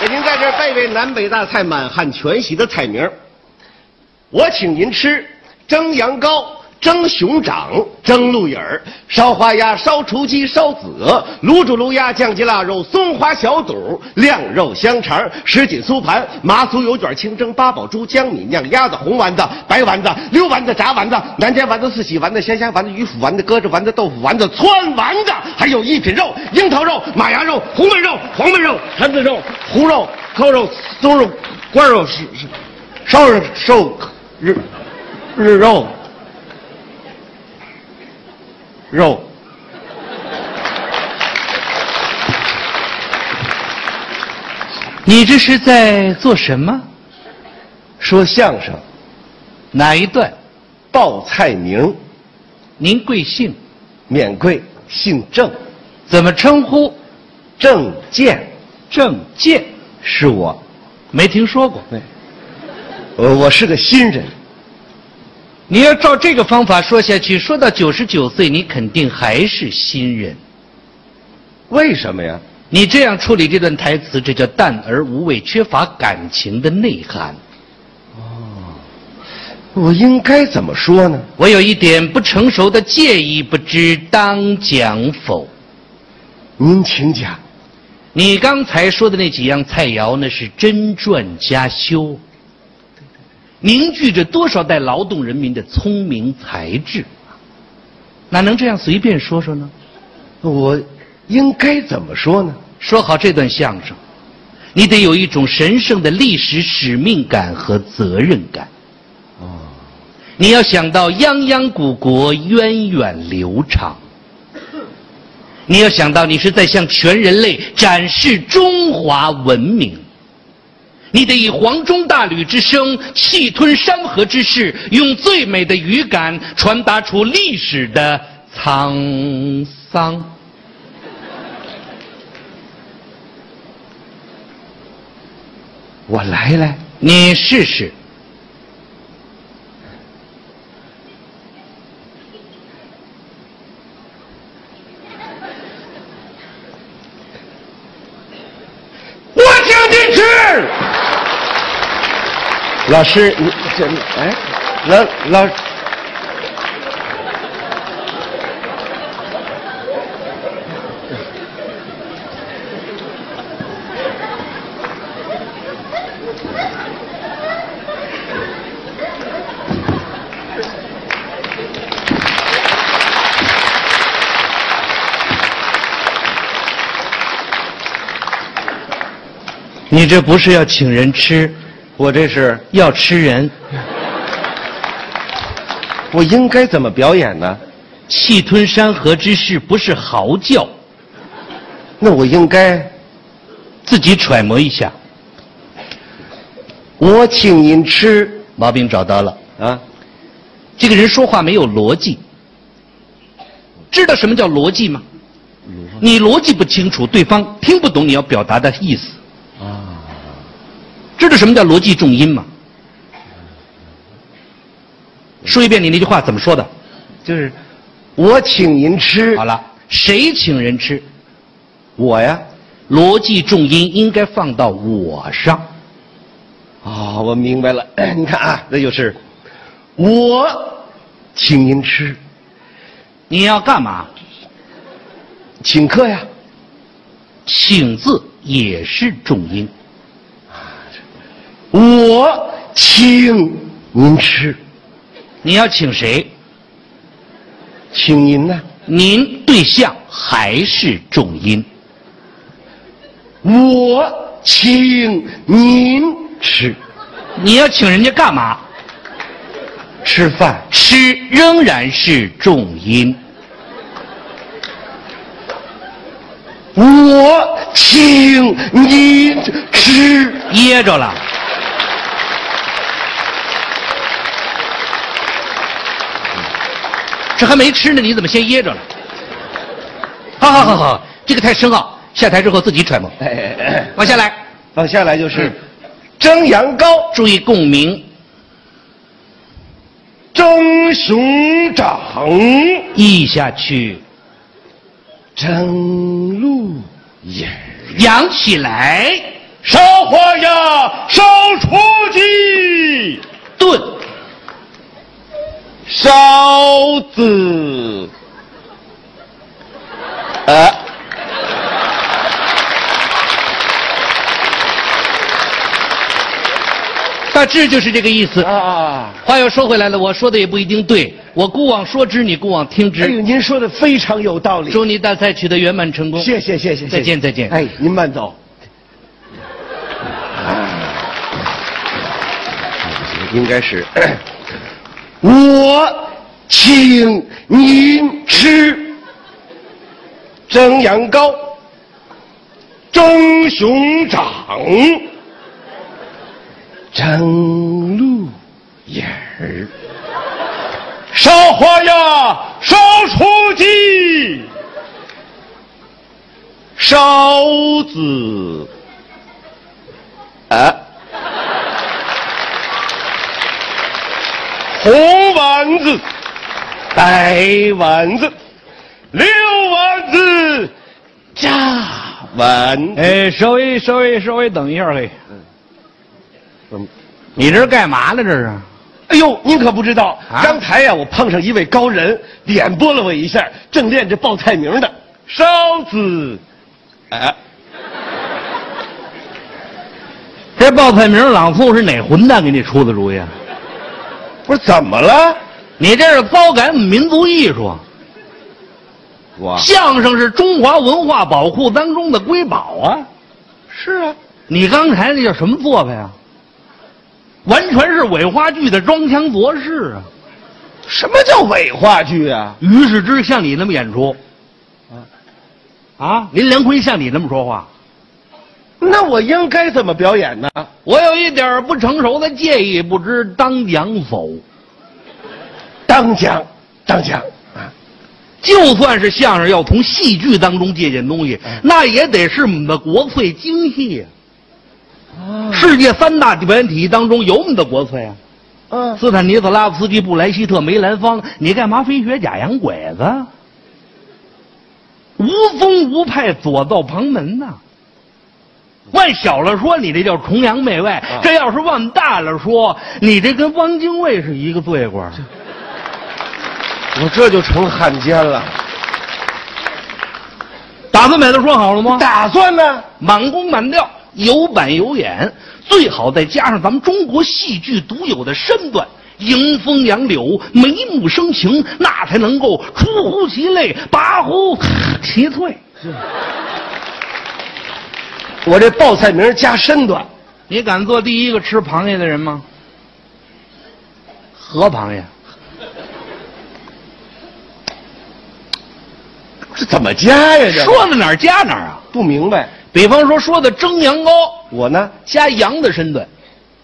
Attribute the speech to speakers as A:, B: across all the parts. A: 给您在这儿背背南北大菜满汉全席的菜名儿。我请您吃蒸羊羔、蒸熊掌、蒸鹿眼儿、烧花鸭、烧雏鸡、烧子鹅、卤煮卤鸭、酱鸡腊肉、松花小肚、晾肉香肠、什锦酥盘、麻酥油卷、清蒸八宝猪、江米酿鸭子、红丸子、白丸子、溜丸子、炸丸子、南煎丸子、四喜丸子、咸虾丸子、鱼腐丸子、鸽子丸子、豆腐丸子、汆丸子，还有一品肉、樱桃肉、马牙肉、红焖肉、黄焖肉、坛子肉、红肉、扣肉、松肉、关肉是是。烧肉瘦日日肉肉，
B: 你这是在做什么？
A: 说相声
B: 哪一段？
A: 报菜名，
B: 您贵姓？
A: 免贵，姓郑，
B: 怎么称呼？
A: 郑健
B: 郑健，
A: 是我，
B: 没听说过。
A: 呃，我是个新人，
B: 你要照这个方法说下去，说到九十九岁，你肯定还是新人。
A: 为什么呀？
B: 你这样处理这段台词，这叫淡而无味，缺乏感情的内涵。
A: 我应该怎么说呢？
B: 我有一点不成熟的介意，不知当讲否。
A: 您请讲。
B: 你刚才说的那几样菜肴呢，是真传加修，凝聚着多少代劳动人民的聪明才智，哪能这样随便说说呢？
A: 我应该怎么说呢？
B: 说好这段相声，你得有一种神圣的历史使命感和责任感。
A: 哦
B: 你要想到泱泱古国源远流长，你要想到你是在向全人类展示中华文明。你得以黄钟大吕之声，气吞山河之势，用最美的语感传达出历史的沧桑。
A: 我来来，
B: 你试试，
A: 我请您吃。老师，你这哎，老老。
B: 你这不是要请人吃，
A: 我这是，
B: 要吃人，
A: 我应该怎么表演呢？
B: 气吞山河之势不是嚎叫，
A: 那我应该，
B: 自己揣摩一下。
A: 我请您吃
B: 毛病找到了，
A: 啊，
B: 这个人说话没有逻辑，知道什么叫逻辑吗？你逻辑不清楚，对方听不懂你要表达的意思。
A: 啊
B: 知道什么叫逻辑重音吗？说一遍你那句话怎么说的？
A: 就是我请您吃
B: 好了，谁请人吃？
A: 我呀，
B: 逻辑重音应该放到我上。
A: 啊、我明白了。 你看啊，那就是我请您吃，
B: 你要干嘛？
A: 请客呀。
B: 请字也是重音。
A: 我请您吃，
B: 你要请谁？
A: 请您呢、
B: 您对象还是重音。
A: 我请您吃，
B: 你要请人家干嘛？
A: 吃饭。
B: 吃仍然是重音。
A: 我请您吃。
B: 噎着了。这还没吃呢，你怎么先噎着了？好好好好，这个太深奥，下台之后自己揣摩。
A: 哎哎哎
B: 往下来，
A: 往下来就是嗯蒸羊羔、
B: 注意共鸣，
A: 蒸熊掌、
B: 意下去，
A: 蒸鹿眼儿、
B: 扬起来，
A: 烧花鸭，烧雏鸡，
C: 炖
A: 烧子，呃，
C: 大致就是这个意思。
A: 啊，
C: 话又说回来了，我说的也不一定对，我姑妄说之，你姑妄听
A: 哎呦，
C: 之。
A: 您说的非常有道理，
C: 祝你大赛取得圆满成功。
A: 谢谢谢谢，
C: 再见
A: 谢谢
C: 再见
A: 哎，您慢走。哎应该 是，我请您吃蒸羊羔、蒸熊掌、蒸鹿眼儿、烧花鸭、烧雏鸡。烧子，啊，红丸子，白丸子，六丸子，炸丸子。
B: 哎，稍微稍微稍微等一下，嘿，你这是干嘛呢？这是？
A: 哎呦，您可不知道，
B: 啊
A: 刚才呀、我碰上一位高人，点拨了我一下，正练这报菜名呢。烧子，啊，
B: 这报菜名朗诵是哪混蛋给你出的主意啊？
A: 不是怎么了？
B: 你这是糟改我们民族艺术。
A: 我
B: 相声是中华文化保护当中的瑰宝啊！
A: 是啊，
B: 你刚才那叫什么做派啊？完全是伪话剧的装腔作势啊！
A: 什么叫伪话剧啊？
B: 于世之像你那么演出，啊，林良坤像你那么说话，
A: 那我应该怎么表演呢？
B: 我有一点儿不成熟的建议，不知当讲否？
A: 当讲，当讲啊！
B: 就算是相声要从戏剧当中借鉴东西，那也得是我们的国粹京戏啊。
A: 哦
B: 世界三大表演体系当中有我们的国粹啊，
A: 嗯，
B: 斯坦尼斯拉夫斯基、布莱希特、梅兰芳，你干嘛非学假洋鬼子？无宗无派，左造旁门呐、往小了说，你这叫崇洋媚外；这要是往大了说，你这跟汪精卫是一个罪过。
A: 我这就成了汉奸了。
B: 打算买都说好了吗？
A: 打算呢？
B: 满工满料，有板有眼，最好再加上咱们中国戏剧独有的身段，迎风扬柳，眉目生情，那才能够出乎其类，拔乎其萃。
A: 我这报菜名加身段，
B: 你敢做第一个吃螃蟹的人吗？河螃蟹，
A: 这怎么加呀？这
B: 说到哪儿加哪儿啊！
A: 不明白。
B: 比方说，说的蒸羊羔
A: 我呢，
B: 加羊的身段，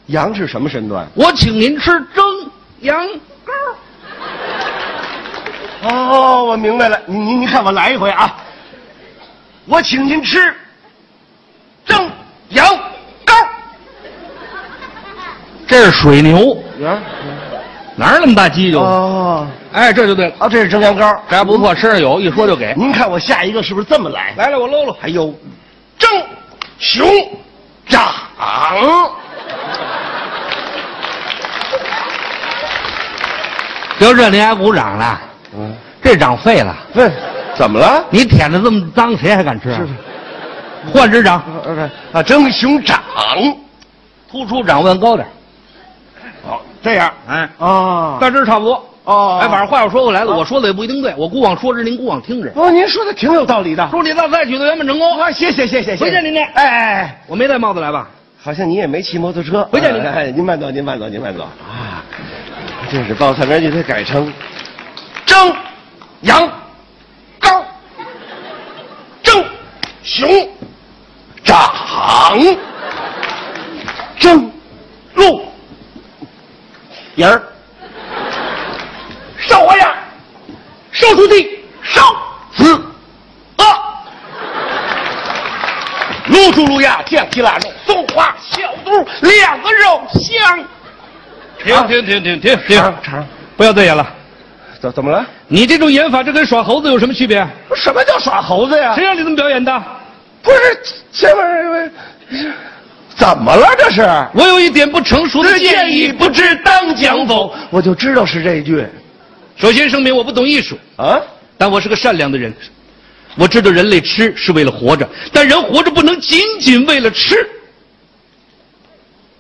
A: 羊是什么身段？
B: 我请您吃蒸羊羔。
A: 哦，我明白了。您您您看，我来一回啊。我请您吃蒸羊 羔。
B: 这是水牛，
A: 啊
B: 哪儿那么大犄角？
A: 哦
B: 哎，这就对了。
A: 啊，这是蒸羊羔。
B: 这还不错，身上有，一说就给。
A: 您看我下一个是不是这么来？哎
B: 来了，我搂搂。
A: 还有蒸熊掌。嗯
B: 就这，您还鼓掌了？
A: 嗯，
B: 这掌废了。
A: 问怎么了？
B: 你舔的这么脏，谁还敢吃啊？
A: 是不是
B: 换只掌，
A: 啊，蒸熊掌。
B: 突出掌腕高点儿。
A: 好，哦这样。
B: 哎，
A: 啊
B: 大致差不多。
A: 哦
B: 哎，反正话又说回来了，我说的也不一定对，我姑妄说之，您姑妄听之。
A: 哦，您说的挺有道理的。
B: 祝你大赛取得圆满成功。
A: 啊，谢谢谢谢谢谢。
B: 回见您这
A: 哎哎哎，
B: 我没戴帽子来吧？
A: 好像你也没骑摩托车。
B: 回见您这
A: 哎哎，您慢走，您慢走，您慢走。啊，这是报菜名就得改成蒸羊羔蒸熊掌蒸鹿眼儿烧花鸭烧雏鸡烧子啊鹅。卤猪卤鸭酱鸡腊肉松花小肚两个肉香。
B: 停停停停停
A: 肠肠，
B: 不要再演了。
A: 怎怎么了？
B: 你这种演法，这跟耍猴子有什么区别？啊
A: 什么叫耍猴子呀？
B: 谁让你这么表演的？
A: 不是这玩意儿，
D: 怎么了这是？
B: 我有一点不成熟的建议，不知当讲否。
D: 我就知道是这一句
B: 首先声明，我不懂艺术，
D: 啊！
B: 但我是个善良的人。我知道人类吃是为了活着，但人活着不能仅仅为了吃。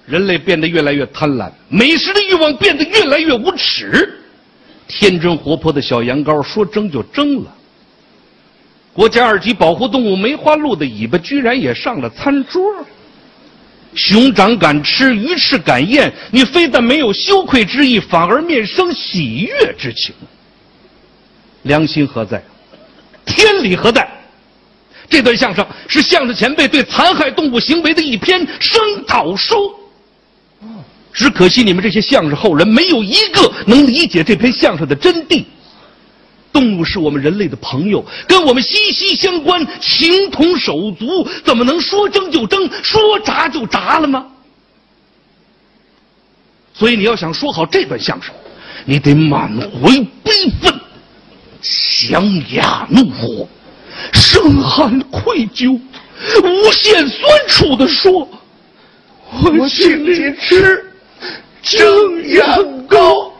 B: 人类变得越来越贪婪，美食的欲望变得越来越无耻。天真活泼的小羊羔说争就争了。国家二级保护动物梅花鹿的尾巴居然也上了餐桌。熊掌敢吃，鱼翅敢咽，你非但没有羞愧之意，反而面生喜悦之情。良心何在？天理何在？这段相声是相声前辈对残害动物行为的一篇声讨书。只可惜你们这些相声后人没有一个能理解这篇相声的真谛。动物是我们人类的朋友，跟我们息息相关，形同手足，怎么能说争就争，说砸就砸了吗？所以你要想说好这段相声，你得满怀悲愤，降雅怒火，生寒愧疚，无限酸楚地说：“我请您吃蒸羊羔，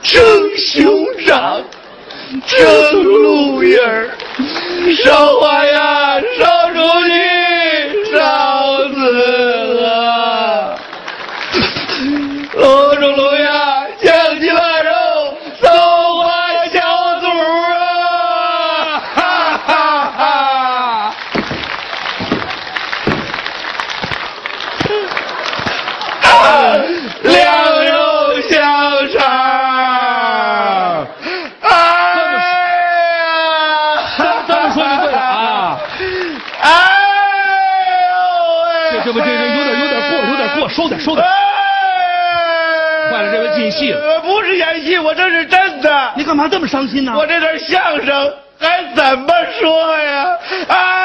B: 蒸熊掌，蒸鹿眼儿，烧花呀，烧出去，烧子鹅。”欧中路呀，酱鸡腊肉，烧花小肚啊！哈哈哈！ 晾肉香
A: 啊
B: 肠。哎呀，这么说就对了 啊！哎呦，这这不这这有点有点过，有点过，收点收
A: 哎
B: 点。坏了，这回进戏了。
A: 我呃不是演戏，我这是真的。
B: 你干嘛这么伤心呢？
A: 我这段相声还怎么说呀？哎